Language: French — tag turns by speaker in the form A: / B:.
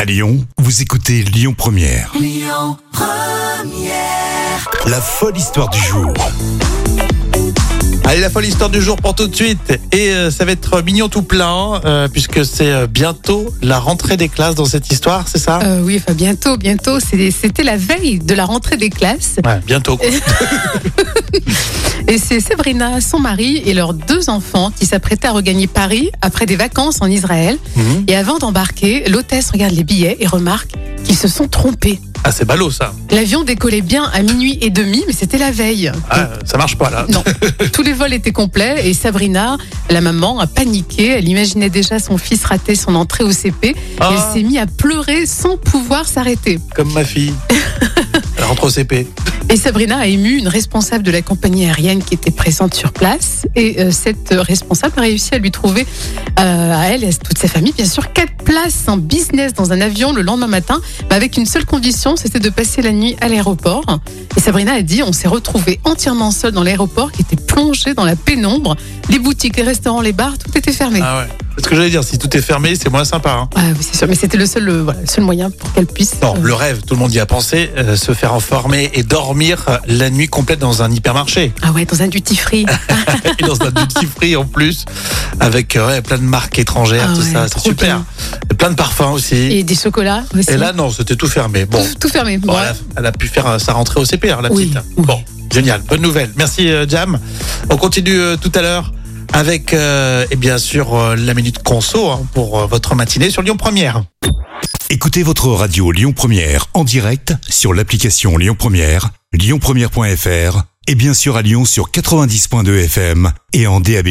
A: À Lyon, vous écoutez Lyon Première. Lyon Première. La folle histoire du jour.
B: Allez, la folle histoire du jour pour tout de suite. Et euh, ça va être mignon tout plein, euh, puisque c'est euh, bientôt la rentrée des classes dans cette histoire, c'est ça
C: Euh, oui, enfin bientôt, bientôt. C'est- C'était la veille de la rentrée des classes.
B: Ouais, bientôt. quoi.
C: Et c'est Sabrina, son mari et leurs deux enfants qui s'apprêtaient à regagner Paris après des vacances en Israël.
B: Mhm.
C: Et avant d'embarquer, l'hôtesse regarde les billets et remarque qu'ils se sont trompés.
B: Ah, c'est ballot ça.
C: L'avion décollait bien à minuit et demi, mais c'était la veille.
B: Ah, ça marche pas là.
C: Non, tous les vols étaient complets et Sabrina, la maman, a paniqué. Elle imaginait déjà son fils rater son entrée au CP.
B: Ah,
C: Elle s'est mise à pleurer sans pouvoir s'arrêter.
B: comme ma fille. Elle rentre au CP.
C: Et Sabrina a ému une responsable de la compagnie aérienne qui était présente sur place. Et euh, cette euh, responsable a réussi à lui trouver, euh, à elle et à toute sa famille, bien sûr, quatre places en business dans un avion le lendemain matin, mais avec une seule condition, c'était de passer la nuit à l'aéroport. Et Sabrina a dit, on s'est retrouvés entièrement seuls dans l'aéroport qui était plongé dans la pénombre. Les boutiques, les restaurants, les bars, tout était fermé.
B: Ah ouais. C'est ce que j'allais dire. Si tout est fermé, c'est moins sympa. hein.
C: Ah oui, c'est sûr, mais c'était le seul, euh, voilà, le seul moyen pour qu'elle puisse...
B: Non,
C: euh,
B: le rêve, tout le monde y a pensé, euh, se faire informer et dormir euh, la nuit complète dans un hypermarché.
C: Ah ouais, dans un duty-free.
B: et dans un duty free en plus, avec euh, ouais, plein de marques étrangères,
C: Ah
B: tout
C: ouais,
B: ça, c'est
C: trop
B: super.
C: bien.
B: Et plein de parfums aussi. Et,
C: Et des chocolats aussi.
B: là, non, c'était tout fermé. Bon, Oh,
C: tout, tout fermé.
B: Bon,
C: Ouais.
B: elle, a, elle a pu faire euh, sa rentrée au CP, alors, la
C: Oui,
B: petite.
C: oui.
B: Bon, génial, bonne nouvelle. Merci euh, Jam. On continue euh, tout à l'heure avec, euh, et bien sûr, euh, la minute conso hein, pour euh, votre matinée sur Lyon Première.
A: Écoutez votre radio Lyon Première en direct sur l'application Lyon Première, lyonpremière.fr et bien sûr à Lyon sur 90.2 FM et en DAB+.